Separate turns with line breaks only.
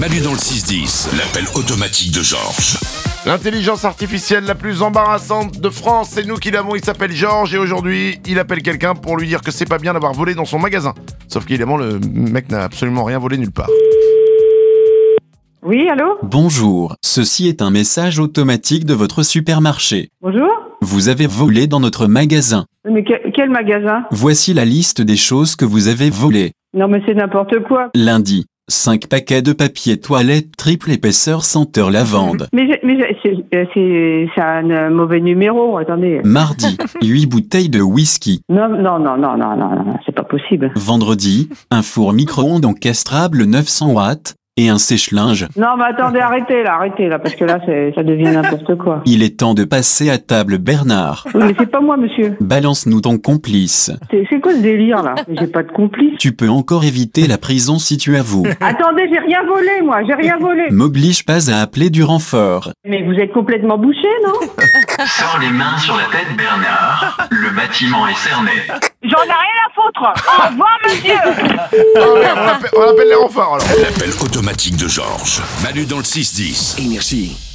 Manu dans le 6-10, l'appel automatique de Georges.
L'intelligence artificielle la plus embarrassante de France, c'est nous qui l'avons, il s'appelle Georges et aujourd'hui il appelle quelqu'un pour lui dire que c'est pas bien d'avoir volé dans son magasin. Sauf qu'évidemment le mec n'a absolument rien volé nulle part.
Oui, allô
Bonjour, ceci est un message automatique de votre supermarché.
Bonjour
Vous avez volé dans notre magasin.
Mais que- quel magasin
Voici la liste des choses que vous avez volées.
Non, mais c'est n'importe quoi.
Lundi, 5 paquets de papier toilette triple épaisseur senteur lavande.
Mais, j'ai- mais j'ai- c'est- euh, c'est c'est un euh, mauvais numéro, attendez.
Mardi, 8 bouteilles de whisky.
Non, non, non, non, non, non, non, c'est pas possible.
Vendredi, un four micro-ondes encastrable 900 watts et un sèche-linge.
Non, mais attendez, arrêtez là, arrêtez là, parce que là, c'est- ça devient n'importe quoi.
Il est temps de passer à table Bernard.
Oui, mais c'est pas moi, monsieur.
Balance-nous ton complice.
C'est c'est quoi ce délire là Mais J'ai pas de complice.
Tu peux encore éviter la prison si tu avoues.
Attendez, j'ai rien volé, moi, j'ai rien volé.
M'oblige pas à appeler du renfort.
Mais vous êtes complètement bouché, non
Sors les mains sur la tête, Bernard. Le bâtiment est cerné.
J'en ai rien à foutre. Au revoir, monsieur.
Ah ouais, on appelle, on appelle les renforts alors.
L'appel automatique de Georges. Manu dans le 6-10.
Énergie.